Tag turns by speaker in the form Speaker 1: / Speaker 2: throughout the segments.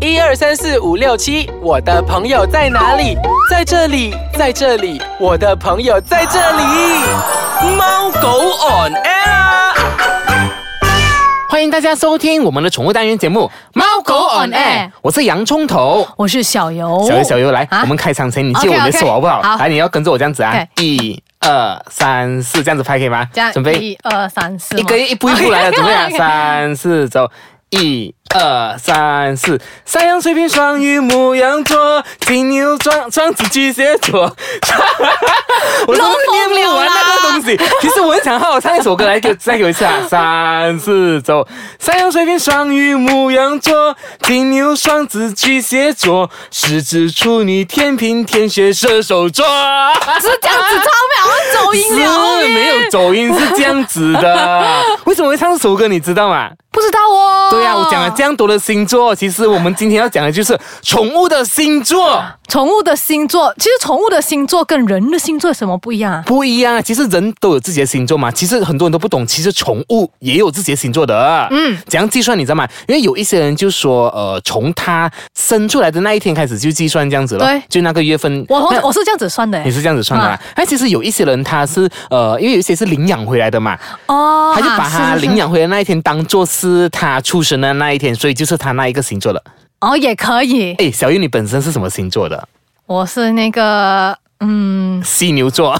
Speaker 1: 一二三四五六七，我的朋友在哪里？在这里，在这里，我的朋友在这里。
Speaker 2: 猫狗 on air 啊！
Speaker 3: 欢迎大家收听我们的宠物单元节目《猫狗 on air》，我是洋葱头。
Speaker 4: 我是小游，
Speaker 3: 小游小游来，
Speaker 4: 哦啊
Speaker 3: 我们开场前你借我
Speaker 4: OK，OK
Speaker 3: 的手好不好？
Speaker 4: 好
Speaker 3: 来，你要跟着我这样子啊
Speaker 4: OK，
Speaker 3: 一二三四，这样子拍可以吗？
Speaker 4: 这样
Speaker 3: 准备
Speaker 4: 一二三四吗，
Speaker 3: 一个一步一步来了，怎么样？
Speaker 4: OK，OK
Speaker 3: 三四走。一二三四，山羊、水瓶、双鱼、母羊座、金牛、双双子、巨蟹座。 我都念不完那个东西。其实我很想好好唱一首歌，来给再给我一次啊！三四走，山羊、水瓶、双鱼、母羊座、金牛、双子、巨蟹座、狮子、处女、天平、天蝎、射手座。
Speaker 4: 只是这样子超秒走音了耶，
Speaker 3: 是，没有走音是这样子的。为什么会唱这首歌？你知道吗？
Speaker 4: 不知道哦。
Speaker 3: 对啊呀、我讲了这样多的星座，其实我们今天要讲的就是宠物的星座
Speaker 4: 宠物的星座，其实宠物的星座跟人的星座有什么不一样啊？
Speaker 3: 不一样啊。其实人都有自己的星座嘛，其实很多人都不懂，其实宠物也有自己的星座的。嗯，怎样计算你知道吗？因为有一些人就说，呃，从它生出来的那一天开始就计算这样子了，
Speaker 4: 对
Speaker 3: 就那个月份。
Speaker 4: 我
Speaker 3: 那
Speaker 4: 我我是这样子算的耶
Speaker 3: 你，是这样子算的啦
Speaker 4: 啊，
Speaker 3: 那、其实有一些人他是呃，因为有一些是领养回来的嘛，
Speaker 4: 哦，
Speaker 3: 他就把
Speaker 4: 啊
Speaker 3: 他
Speaker 4: 是是是
Speaker 3: 领养回来那一天当做是他出生的那一天，所以就是他那一个星座了。
Speaker 4: 哦也可以，
Speaker 3: 哎，小玉，你本身是什么星座的？
Speaker 4: 我是那个嗯，
Speaker 3: 犀牛 座。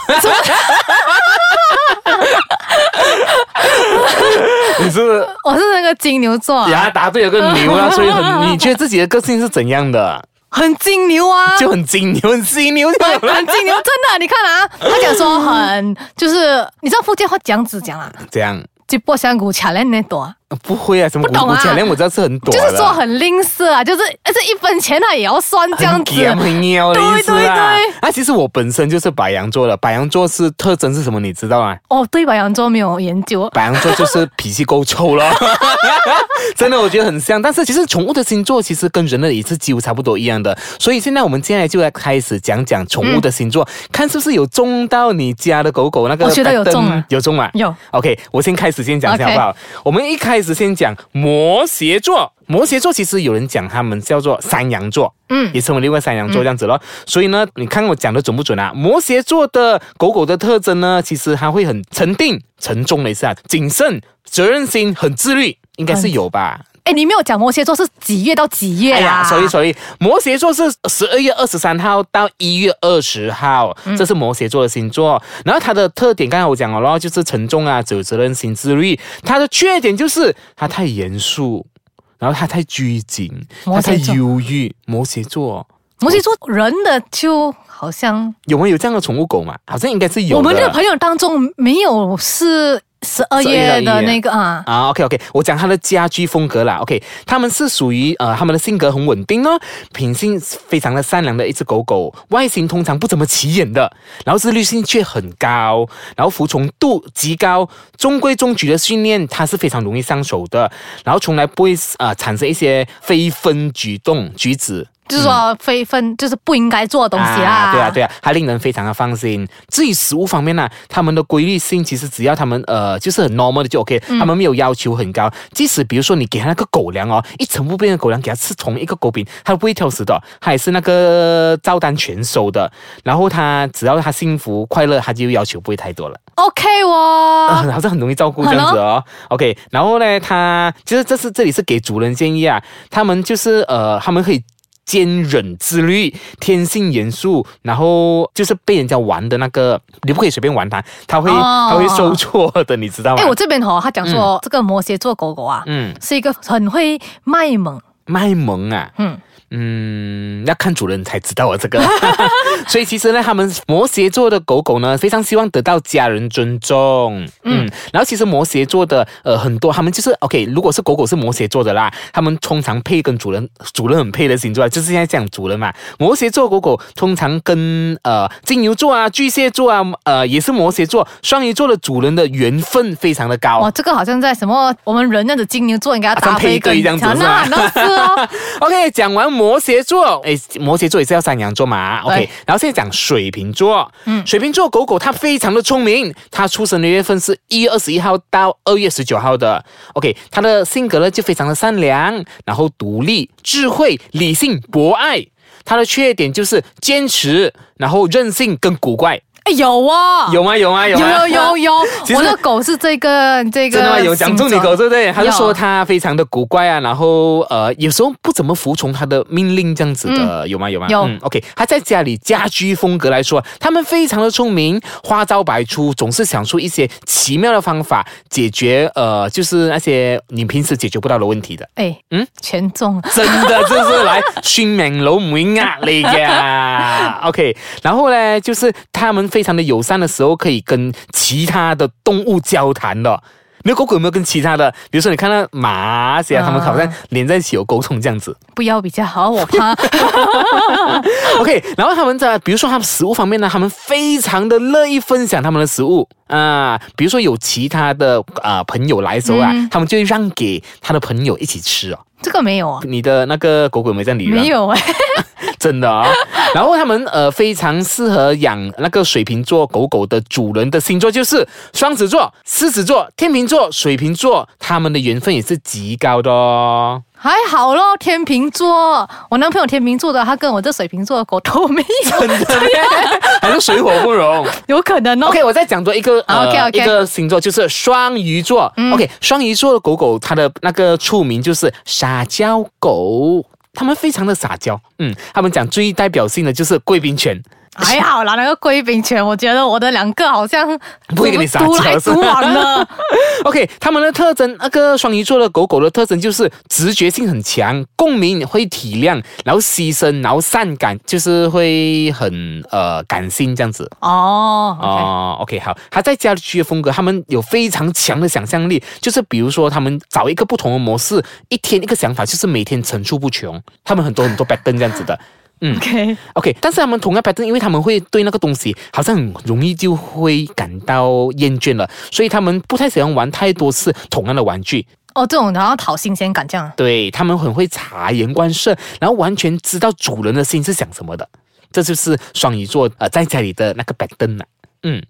Speaker 3: 你是
Speaker 4: 我是那个金牛座啊，
Speaker 3: 呀，答对有个牛啊，所以很，你觉得自己的个性是怎样的？
Speaker 4: 很金牛啊，
Speaker 3: 就很金牛，很犀牛就好了。
Speaker 4: 很金牛，真的，你看啊，他讲说很就是，你知道福建话这样子讲啊，
Speaker 3: 这样
Speaker 4: 就波香菇卡嘞那朵啊。
Speaker 3: 不会啊，什么
Speaker 4: 不懂
Speaker 3: 我
Speaker 4: 啊
Speaker 3: 前面我知道是很短
Speaker 4: 就
Speaker 3: 的，
Speaker 4: 是说很吝啬啊，就是而且一分钱啊也要算这样子
Speaker 3: 很。啊甜很喵的意思
Speaker 4: 对对
Speaker 3: 啊
Speaker 4: 对。
Speaker 3: 那其实我本身就是白羊座的，白羊座是特征是什么？你知道吗？
Speaker 4: 哦，对白羊座没有研究，
Speaker 3: 白羊座就是脾气够 臭了，真的，我觉得很像。但是其实宠物的星座其实跟人类也是几乎差不多一样的，所以现在我们接下来就来开始讲讲宠物的星座，看是不是有中到你家的狗狗那个。
Speaker 4: 嗯我觉得有中啊
Speaker 3: 有中啊。
Speaker 4: 有
Speaker 3: OK，我先开始先讲一下
Speaker 4: OK
Speaker 3: 好不好我们一开始先讲摩羯座。摩羯座其实有人讲他们叫做山羊座，
Speaker 4: 嗯
Speaker 3: 也称为另外山羊座这样子咯。所以呢，你看我讲的准不准啊？摩羯座的狗狗的特征呢，其实它会很沉定、沉重的一下，谨慎、责任心、很自律，应该是有吧？
Speaker 4: 哎，你没有讲摩羯座是几月到几月
Speaker 3: 哎
Speaker 4: 啊？
Speaker 3: 呀，所以所以摩羯座是十二月二十三号到一月二十号，
Speaker 4: 嗯
Speaker 3: 这是摩羯座的星座。然后它的特点，刚才我讲了咯，就是沉重啊，有责任心、自律。它的缺点就是它太严肃，然后它太拘谨，它
Speaker 4: 摩
Speaker 3: 太
Speaker 4: 羯座
Speaker 3: 忧郁。摩羯座
Speaker 4: 摩羯座人的就好像
Speaker 3: 有没有这样的宠物狗嘛？好像应该是有
Speaker 4: 我们
Speaker 3: 的
Speaker 4: 的朋友当中没有是十二月的那个啊。
Speaker 3: 啊，OK OK，我讲他的家居风格啦，OK，他们是属于呃，他们的性格很稳定哦，品性非常的善良的一只狗狗，外形通常不怎么起眼的，然后自律性却很高，然后服从度极高，中规中矩的训练它是非常容易上手的，然后从来不会呃产生一些非分举动举止，
Speaker 4: 就是说非分就是不应该做的东西啦，
Speaker 3: 嗯啊对啊，对啊，它令人非常的放心。至于食物方面呢、他们的规律性其实只要他们呃就是很 normal 的就 OK，、他
Speaker 4: 嗯
Speaker 3: 们没有要求很高。即使比如说你给它那个狗粮哦，一成不变的狗粮给它吃同一个狗饼，它不会挑食的哦，它也是那个照单全收的。然后它只要它幸福快乐，它就要求不会太多了。
Speaker 4: ，OK
Speaker 3: 啊，
Speaker 4: 哦，
Speaker 3: 好像很容易照顾这样子哦。OK，然后呢，他其实这是这里是给主人建议啊，他们就是呃，他们可以。坚忍、自律、天性严肃，然后就是被人家玩的那个，你不可以随便玩它，它会、
Speaker 4: 哦
Speaker 3: 它会受挫的，你知道吗？
Speaker 4: 哎，我这边哦，他讲说这个摩羯座狗狗啊，
Speaker 3: 嗯，
Speaker 4: 是一个很会卖萌，
Speaker 3: 卖萌啊，
Speaker 4: 嗯
Speaker 3: 嗯，要看主人才知道啊，这个。 所以其实呢，他们摩羯座的狗狗呢，非常希望得到家人尊重。嗯，然后其实摩羯座的呃很多，他们就是 OK，如果是狗狗是摩羯座的啦，他们通常配跟主人主人很配的星座啊，就是现在讲主人嘛。摩羯座狗狗通常跟呃金牛座啊、巨蟹座啊、呃也是摩羯座、双鱼座的主人的缘分非常的高。
Speaker 4: 哇，这个好像在什么我们人那样子金牛座应该要搭
Speaker 3: 好像配
Speaker 4: 配
Speaker 3: 对这样子
Speaker 4: 那
Speaker 3: 是吧
Speaker 4: 那是 哦。
Speaker 3: OK，讲完摩羯座，诶，摩羯座也是要山羊座嘛。
Speaker 4: 对
Speaker 3: OK，然后现在讲水瓶座，嗯，水瓶座狗狗它非常的聪明，它出生的月份是一月二十一号到二月十九号的。OK，它的性格呢就非常的善良，然后独立、智慧、理性、博爱。它的缺点就是坚持，然后任性跟古怪。
Speaker 4: 哎，有哦，
Speaker 3: 有吗？有吗？有
Speaker 4: 有
Speaker 3: 吗？
Speaker 4: 有有有
Speaker 3: 其，实
Speaker 4: 我的狗是这个这个
Speaker 3: 真的吗？有讲中你
Speaker 4: 星座
Speaker 3: 狗对不对？他就
Speaker 4: 有
Speaker 3: 说他非常的古怪啊，然后呃，有时候不怎么服从他的命令这样子的，有吗？有吗？
Speaker 4: 嗯
Speaker 3: 嗯
Speaker 4: 有
Speaker 3: OK，他在家里家居风格来说，他们非常的聪明，花招百出，总是想出一些奇妙的方法解决呃，就是那些你平时解决不到的问题的。
Speaker 4: 哎，
Speaker 3: 嗯
Speaker 4: 嗯，全中了。
Speaker 3: 真的就是来算命佬唔会呃你嘅。OK，然后呢，就是他们非常的友善的时候，可以跟其他的动物交谈的。你的狗狗有没有跟其他的，比如说你看到马啊、些啊，它们好像连在一起有沟通这样子。
Speaker 4: 不要比较好，我怕
Speaker 3: OK，然后他们在比如说他们食物方面呢，他们非常的乐意分享他们的食物啊、比如说有其他的啊朋友来的时候啊，他们就会让给他的朋友一起吃哦。
Speaker 4: 这个没有啊，
Speaker 3: 你的那啊个狗狗有没有这样理让
Speaker 4: 没有哎，
Speaker 3: 真的啊、 然后他们呃非常适合养那个水瓶座狗狗的主人的星座就是双子座、狮子座、天秤座、水瓶座，他们的缘分也是极高的哦。
Speaker 4: 还好咯。天秤座，我男朋友天秤座的，他跟我这水瓶座的狗都没有，
Speaker 3: 还是水火不容。
Speaker 4: 有可能哦。
Speaker 3: OK，我再讲多一个、呃
Speaker 4: 啊 OK，OK 嗯
Speaker 3: 一个星座就是双鱼座。OK，双鱼座的狗狗它的那个处名就是撒娇狗。他们非常的撒娇，嗯，他们讲最代表性的就是贵宾犬，
Speaker 4: 还好啦，那个贵宾犬，我觉得我的两个好像
Speaker 3: 不会给你撒娇
Speaker 4: 独来独往 了。
Speaker 3: OK，他们的特征，那个双鱼座的狗狗的特征就是直觉性很强，共鸣会体谅，然后牺牲，然后善感，就是会很呃感性这样子。
Speaker 4: 哦，OK，
Speaker 3: 哦、o k 好，他在家居的风格，他们有非常强的想象力，就是比如说他们找一个不同的模式，一天一个想法，就是每天层出不穷，他们很多很多 pattern 这样子的。
Speaker 4: OK，
Speaker 3: OK，但是他们同样 pattern，因为他们会对那个东西好像很容易就会感到厌倦了，所以他们不太喜欢玩太多次同样的玩具。
Speaker 4: 哦，这种然后讨新鲜感这样。
Speaker 3: 对他们很会察言观色，然后完全知道主人的心是想什么的。这就是双鱼座呃在家里的那个 pattern 啊。嗯，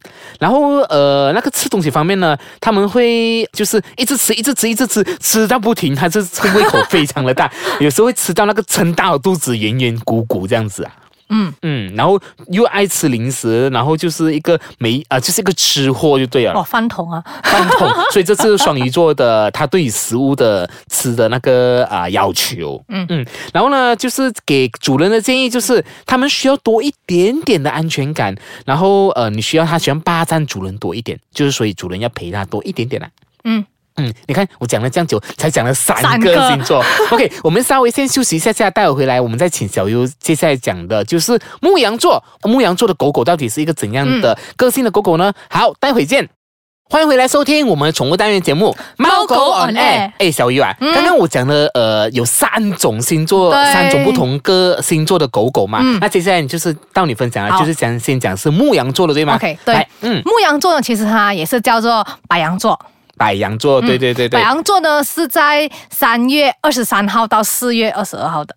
Speaker 3: 然后呃，那个吃东西方面呢，他们会就是一直吃，一直吃，一直吃，吃到不停，他这这胃口非常的大，有时候会吃到那个撑大的肚子圆圆鼓鼓这样子啊。
Speaker 4: 嗯
Speaker 3: 嗯，然后又爱吃零食，然后就是一个没啊、就是一个吃货就对了。
Speaker 4: 哇，翻桶啊！
Speaker 3: 饭桶，所以这是双鱼座的他对于食物的吃的那个啊、要求。嗯嗯，然后呢，就是给主人的建议就是，他们需要多一点点的安全感，然后呃，你需要他喜欢霸占主人多一点，就是所以主人要陪他多一点点啦、
Speaker 4: 嗯
Speaker 3: 嗯，你看我讲了这样久，才讲了三
Speaker 4: 三
Speaker 3: 个
Speaker 4: 个
Speaker 3: 星座。OK，我们稍微先休息一下下，待会回来我们再请小优接下来讲的就是牧羊座，牧羊座的狗狗到底是一个怎样的个性的狗狗呢？好，待会见。欢迎回来收听我们的宠物单元节目《
Speaker 4: 猫狗 on air 嗯
Speaker 3: 哎，小优啊，刚刚我讲的呃有三种星座，
Speaker 4: 对
Speaker 3: 三种不同个星座的狗狗嘛。
Speaker 4: 嗯
Speaker 3: 那接下来你就是到你分享了，
Speaker 4: 好
Speaker 3: 就是讲先讲是牧羊座的对吗
Speaker 4: OK，对
Speaker 3: 来嗯，
Speaker 4: 牧羊座呢，其实它也是叫做白羊座。
Speaker 3: 白羊座，对对对
Speaker 4: 嗯白。
Speaker 3: 对
Speaker 4: 羊座呢是在三月二十三号到四月二十二号的。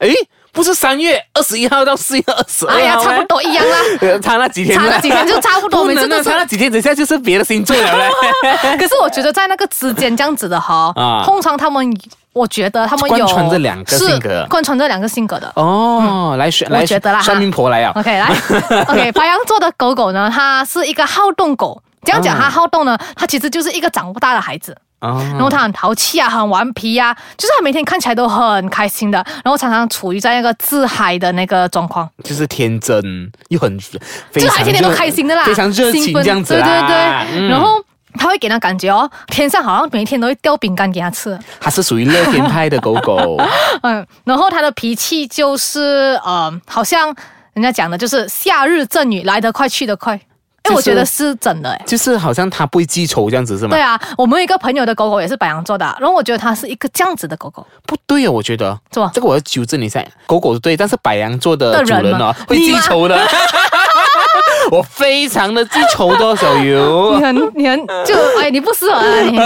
Speaker 3: 诶，哎不是三月二十一号到四月二十二号
Speaker 4: 哎
Speaker 3: 吗？
Speaker 4: 呀，差不多一样 啦。
Speaker 3: 呃，差那几天啦，
Speaker 4: 差那几天就差不多
Speaker 3: 不
Speaker 4: 每
Speaker 3: 能啊
Speaker 4: 次都是
Speaker 3: 差那几天，等一下就是别的星座 了嘞。
Speaker 4: 可是我觉得在那个之间这样子的哈，
Speaker 3: 啊
Speaker 4: 通常他们，我觉得他们有
Speaker 3: 贯穿这两个性格
Speaker 4: 是贯穿这两个性格的。
Speaker 3: 哦，来选
Speaker 4: 我
Speaker 3: 来
Speaker 4: 觉得啦哈嗯
Speaker 3: 算命婆来啊。
Speaker 4: OK，来 ，OK，白羊座的狗狗呢，它是一个好动狗。这样讲，
Speaker 3: 啊
Speaker 4: 它好动呢，它其实就是一个长不大的孩子。然后
Speaker 3: 哦，
Speaker 4: 它很淘气啊，很顽皮啊，就是它每天看起来都很开心的，然后常常处于在那个自嗨的那个状况，
Speaker 3: 就是天真又很，
Speaker 4: 就
Speaker 3: 非
Speaker 4: 是
Speaker 3: 常
Speaker 4: 它天天都开心的啦，
Speaker 3: 非常热情
Speaker 4: 兴奋
Speaker 3: 这样子
Speaker 4: 对对
Speaker 3: 啦。
Speaker 4: 对，
Speaker 3: 嗯
Speaker 4: 然后它会给它感觉哦，天上好像每天都会掉饼干给它吃，
Speaker 3: 它是属于乐天派的狗 狗，
Speaker 4: 嗯，然后他的脾气就是，呃，好像人家讲的就是夏日阵雨来得快去得快，哎、
Speaker 3: 就是
Speaker 4: 我觉得是真的哎。
Speaker 3: 就是好像它不会记仇这样子是吗
Speaker 4: 对？啊，我们有一个朋友的狗狗也是白羊座的，啊然后我觉得它是一个这样子的狗狗，
Speaker 3: 不对啊，我觉得
Speaker 4: 是吗
Speaker 3: 这个我要纠正一下，狗狗对，但是白羊座的
Speaker 4: 的
Speaker 3: 主
Speaker 4: 人
Speaker 3: 人哦
Speaker 4: 吗
Speaker 3: 会记仇的。 我非常的记仇的手 游
Speaker 4: 你。 很你很
Speaker 3: 嗯
Speaker 4: 就哎，你不适合啊你。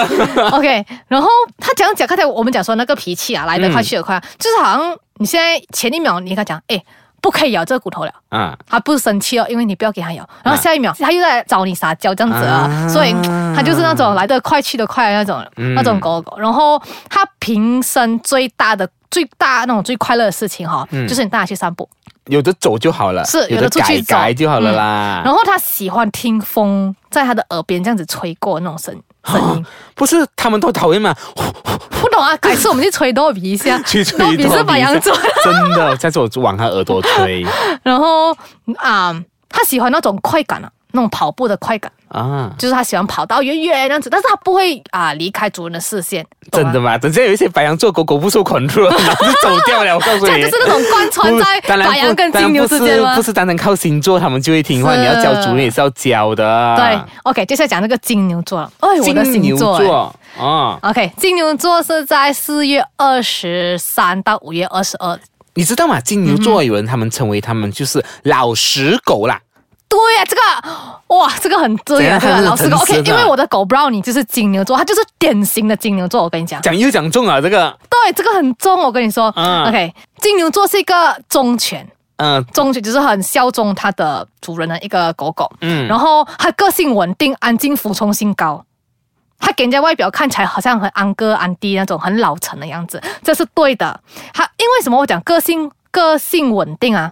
Speaker 4: OK，然后他讲讲刚才我们讲说那个脾气啊，来
Speaker 3: 嗯
Speaker 4: 得快去得快啊，就是好像你现在前一秒你跟他讲，哎，不可以咬这个骨头了。
Speaker 3: 啊，
Speaker 4: 他不是生气哦，因为你不要给他咬，然后下一秒、他又在找你撒娇这样子啊，
Speaker 3: 啊
Speaker 4: 所以嗯他就是那种来得快去得快的那种、
Speaker 3: 嗯
Speaker 4: 那种狗狗。然后他平生最大的最大那种最快乐的事情哈、
Speaker 3: 嗯
Speaker 4: 就是你带他去散步，
Speaker 3: 有的走就好了，
Speaker 4: 是有
Speaker 3: 有
Speaker 4: 的
Speaker 3: 的
Speaker 4: 出去
Speaker 3: 改
Speaker 4: 走嗯
Speaker 3: 改就好了
Speaker 4: 然
Speaker 3: 啦。
Speaker 4: 后他喜欢听风在他的耳边这样子吹过那种声声音，
Speaker 3: 不是他们都讨厌吗？
Speaker 4: 不懂啊，改次我们去吹多比一下，
Speaker 3: 去吹
Speaker 4: 多比是
Speaker 3: 多
Speaker 4: 把
Speaker 3: 比一下
Speaker 4: 羊做。
Speaker 3: 真的， 下次我就往他耳 朵吹
Speaker 4: 然后啊、他喜欢那种快感啊，那种跑步的快感。
Speaker 3: 啊！
Speaker 4: 就是他喜欢跑到远远那样子，但是他不会啊、离开主人的视线，懂啊
Speaker 3: 真
Speaker 4: 吗
Speaker 3: 的吗？等下有一些白羊座狗狗不受 control，然 后就走掉了。我告诉
Speaker 4: 这样
Speaker 3: 你
Speaker 4: 就，是那种贯穿
Speaker 3: 不
Speaker 4: 在
Speaker 3: 当然
Speaker 4: 白羊
Speaker 3: 不
Speaker 4: 跟
Speaker 3: 当然
Speaker 4: 金牛
Speaker 3: 不
Speaker 4: 之
Speaker 3: 是
Speaker 4: 间吗
Speaker 3: 不？是单单靠星座他们就会听话，
Speaker 4: 是
Speaker 3: 你要教主人也是要教的。啊
Speaker 4: 对，，OK，接下来讲那个金牛座了。哎，我的
Speaker 3: 金
Speaker 4: 星
Speaker 3: 牛
Speaker 4: 座。哎
Speaker 3: 座啊，
Speaker 4: OK，金牛座是在四月二十三到五月二十二。
Speaker 3: 你知道吗？金牛座有人他们称为他们就是老实狗啦。
Speaker 4: 对呀、这个哇，这个很对呀、
Speaker 3: 怎样
Speaker 4: 这个
Speaker 3: 它是
Speaker 4: 老师狗。
Speaker 3: 诚实
Speaker 4: OK，
Speaker 3: 的啊
Speaker 4: 因为我的狗 Brownie 就是金牛座，它就是典型的金牛座。我跟你讲，
Speaker 3: 讲又讲中了这个，
Speaker 4: 对，这个很重。我跟你说、
Speaker 3: 嗯
Speaker 4: o k 金牛座是一个忠犬，
Speaker 3: 嗯
Speaker 4: 忠犬就是很效忠它的主人的一个狗狗。
Speaker 3: 嗯
Speaker 4: 然后他个性稳定、安静、服从性高。他给人家外表看起来好像很安哥安弟那种很老成的样子，这是对的。他因为什么我讲个性个性稳定啊，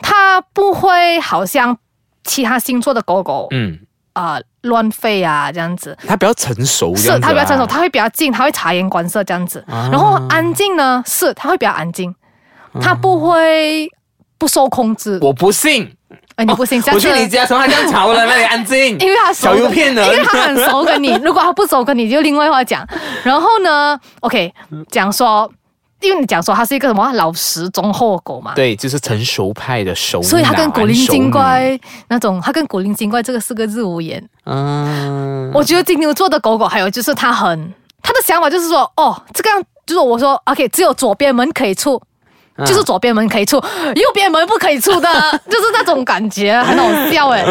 Speaker 4: 他不会好像其他星座的狗狗
Speaker 3: 嗯，
Speaker 4: 啊、呃乱吠啊这样子，
Speaker 3: 他比较成熟，这样
Speaker 4: 是
Speaker 3: 子啊
Speaker 4: 他比较成熟，
Speaker 3: 啦
Speaker 4: 他会比较静，他会察言观色这样子。
Speaker 3: 啊
Speaker 4: 然后安静呢，是他会比较安静，他不会不受控制。
Speaker 3: 我不信，
Speaker 4: 哎，你不信？下
Speaker 3: 我
Speaker 4: 次
Speaker 3: 去你家从他这样吵了，那里安静。
Speaker 4: 因为他熟
Speaker 3: 小
Speaker 4: 跟
Speaker 3: 优骗人
Speaker 4: 因为他很熟跟 你。如果他不熟跟你，就另外话讲。然后呢，OK，讲
Speaker 3: 嗯
Speaker 4: 说，因为你讲说他是一个什么老实忠厚的狗嘛，
Speaker 3: 对，就是成熟派的熟脑，
Speaker 4: 所以他跟古灵精
Speaker 3: 熟女，
Speaker 4: 怪那种，他跟古灵精怪这个四个字无言。
Speaker 3: 嗯，
Speaker 4: 我觉得金牛座的狗狗，还有就是他很他的想法就是说，哦，这个样就是我说，OK，只有左边门可以出。
Speaker 3: 啊
Speaker 4: 就是左边门可以 出，右边门不可以出的，就是那种感觉，很好笑 哎。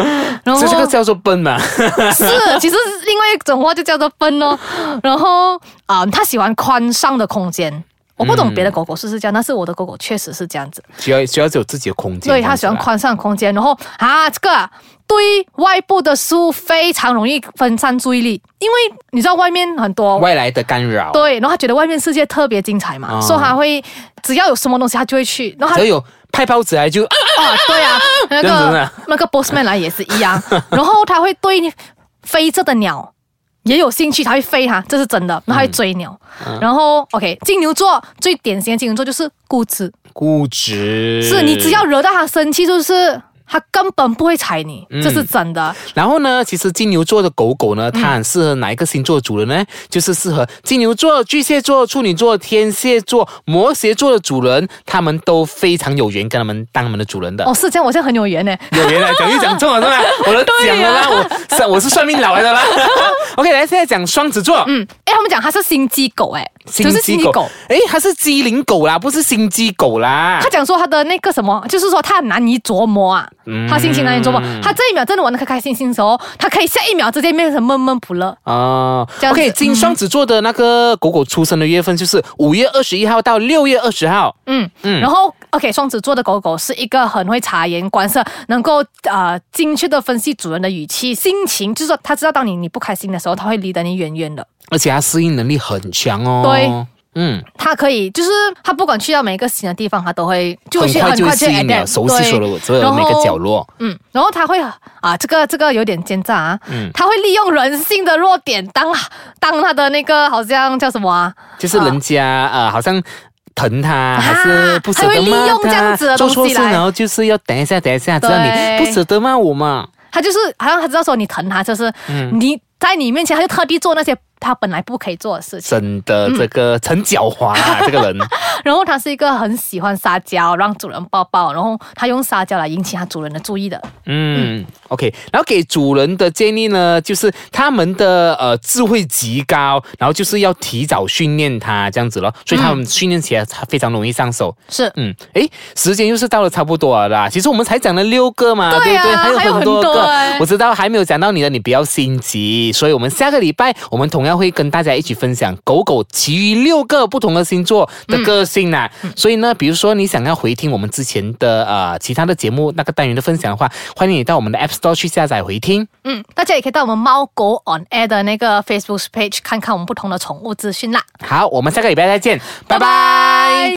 Speaker 4: 然后
Speaker 3: 所以这个叫做笨嘛，
Speaker 4: 是，其实另外一种话就叫做分哦。然后啊、它喜欢宽敞的空间。我不
Speaker 3: 嗯
Speaker 4: 懂别的狗狗是不是这样，但是我的狗狗确实是这样子，
Speaker 3: 需要需要有自己的空间，
Speaker 4: 所以它喜欢宽敞的空间。然后啊，这个啊对外部的事物非常容易分散注意力，因为你知道外面很多。
Speaker 3: 外来的干扰，
Speaker 4: 对，然后它觉得外面世界特别精彩嘛，
Speaker 3: 哦
Speaker 4: 所以它会只要有什么东西它就会去，然后它
Speaker 3: 只要有派报纸来就啊
Speaker 4: 啊， 对啊，那
Speaker 3: 这样子
Speaker 4: 个
Speaker 3: 呢
Speaker 4: 那个 bossman 来也是一样，然后他会对飞着的鸟也有兴趣，他会飞哈，这是真的，
Speaker 3: 嗯
Speaker 4: 然后他会追鸟。然后 OK，金牛座最典型的金牛座就是固执，
Speaker 3: 固执，
Speaker 4: 是你只要惹到他生气，就是他根本不会睬你，这是真的。
Speaker 3: 然后呢，其实金牛座的狗狗呢，它很适合哪一个星座的主人呢？就是适合金牛座、巨蟹座、处女座、天蝎座、摩羯座的主人，他们都非常有缘，跟他们当他们的主人的。
Speaker 4: 哦，是这样，我现在很有缘呢。
Speaker 3: 有缘来讲又讲中了是吧？我都讲了啦，我是我是算命佬来 的啦。OK，来现在讲双子座，
Speaker 4: 嗯，诶，他们讲他是心机狗，诶，就是心机狗。，
Speaker 3: 诶，它是机灵狗啦，不是心机狗啦
Speaker 4: 他。讲说他的那个什么，就是说他很难以琢磨啊，
Speaker 3: 嗯
Speaker 4: 他心情难以琢磨。他这一秒真的玩的开开心心的时候，他可以下一秒之间变成闷闷不乐。
Speaker 3: 哦
Speaker 4: 这样子嗯
Speaker 3: ，OK，金双子座的那个狗狗出生的月份就是五月二十一号到六月二十号。
Speaker 4: 嗯嗯。
Speaker 3: 嗯
Speaker 4: 然后，OK，双子座的狗狗是一个很会察言观色，能够呃精确的分析主人的语气、心情，就是说他知道当你你不开心的时候，他会离得你远远的。
Speaker 3: 而且它适应能力很强哦。
Speaker 4: 对，
Speaker 3: 嗯，
Speaker 4: 他可以，就是他不管去到每一个新的地方，他都会就会
Speaker 3: 很
Speaker 4: 去
Speaker 3: 快就会
Speaker 4: 去
Speaker 3: 适应
Speaker 4: adapt，
Speaker 3: 了，熟悉所
Speaker 4: 对
Speaker 3: 有所有每个角落。
Speaker 4: 嗯，然后他会啊，这个这个有点奸诈啊，
Speaker 3: 嗯
Speaker 4: 他会利用人性的弱点当当他的那个好像叫什么啊，
Speaker 3: 就是人家呃，好像疼他，还是不舍
Speaker 4: 他会
Speaker 3: 得
Speaker 4: 利
Speaker 3: 骂
Speaker 4: 用这样
Speaker 3: 他
Speaker 4: 子的东
Speaker 3: 做
Speaker 4: 西
Speaker 3: 错事，
Speaker 4: 来
Speaker 3: 然后就是要等一下，等一下，知道
Speaker 4: 对
Speaker 3: 你不舍得骂我嘛？嗯
Speaker 4: 他就是好像他知道说你疼他，就是、你在你面前，他就特地做那些他本来不可以做的事情。
Speaker 3: 真的，这
Speaker 4: 嗯
Speaker 3: 个很狡猾啊，这个人。
Speaker 4: 然后他是一个很喜欢撒娇，让主人抱抱，然后他用撒娇来引起他主人的注意的。
Speaker 3: 嗯，OK。然后给主人的建议呢，就是他们的呃智慧极高，然后就是要提早训练它这样子咯，所以他们训练起来它非常容易上手。
Speaker 4: 是，
Speaker 3: 嗯，诶，时间又是到了差不多了啦。其实我们才讲了六个嘛，
Speaker 4: 对
Speaker 3: 对
Speaker 4: 啊
Speaker 3: 不对？还有
Speaker 4: 还有
Speaker 3: 很多
Speaker 4: 很多
Speaker 3: 个，
Speaker 4: 欸
Speaker 3: 我知道还没有讲到你的，你不要心急。所以我们下个礼拜，我们同样会跟大家一起分享狗狗其余六个不同的星座的个性啦。
Speaker 4: 嗯
Speaker 3: 所以呢，比如说你想要回听我们之前的呃其他的节目那个单元的分享的话，欢迎你到我们的 App Store 去下载回听。
Speaker 4: 嗯，大家也可以到我们猫狗 on air 的那个 Facebook page 看看我们不同的宠物资讯啦。
Speaker 3: 好，我们下个礼拜再见，拜
Speaker 4: 拜
Speaker 3: 拜
Speaker 4: 拜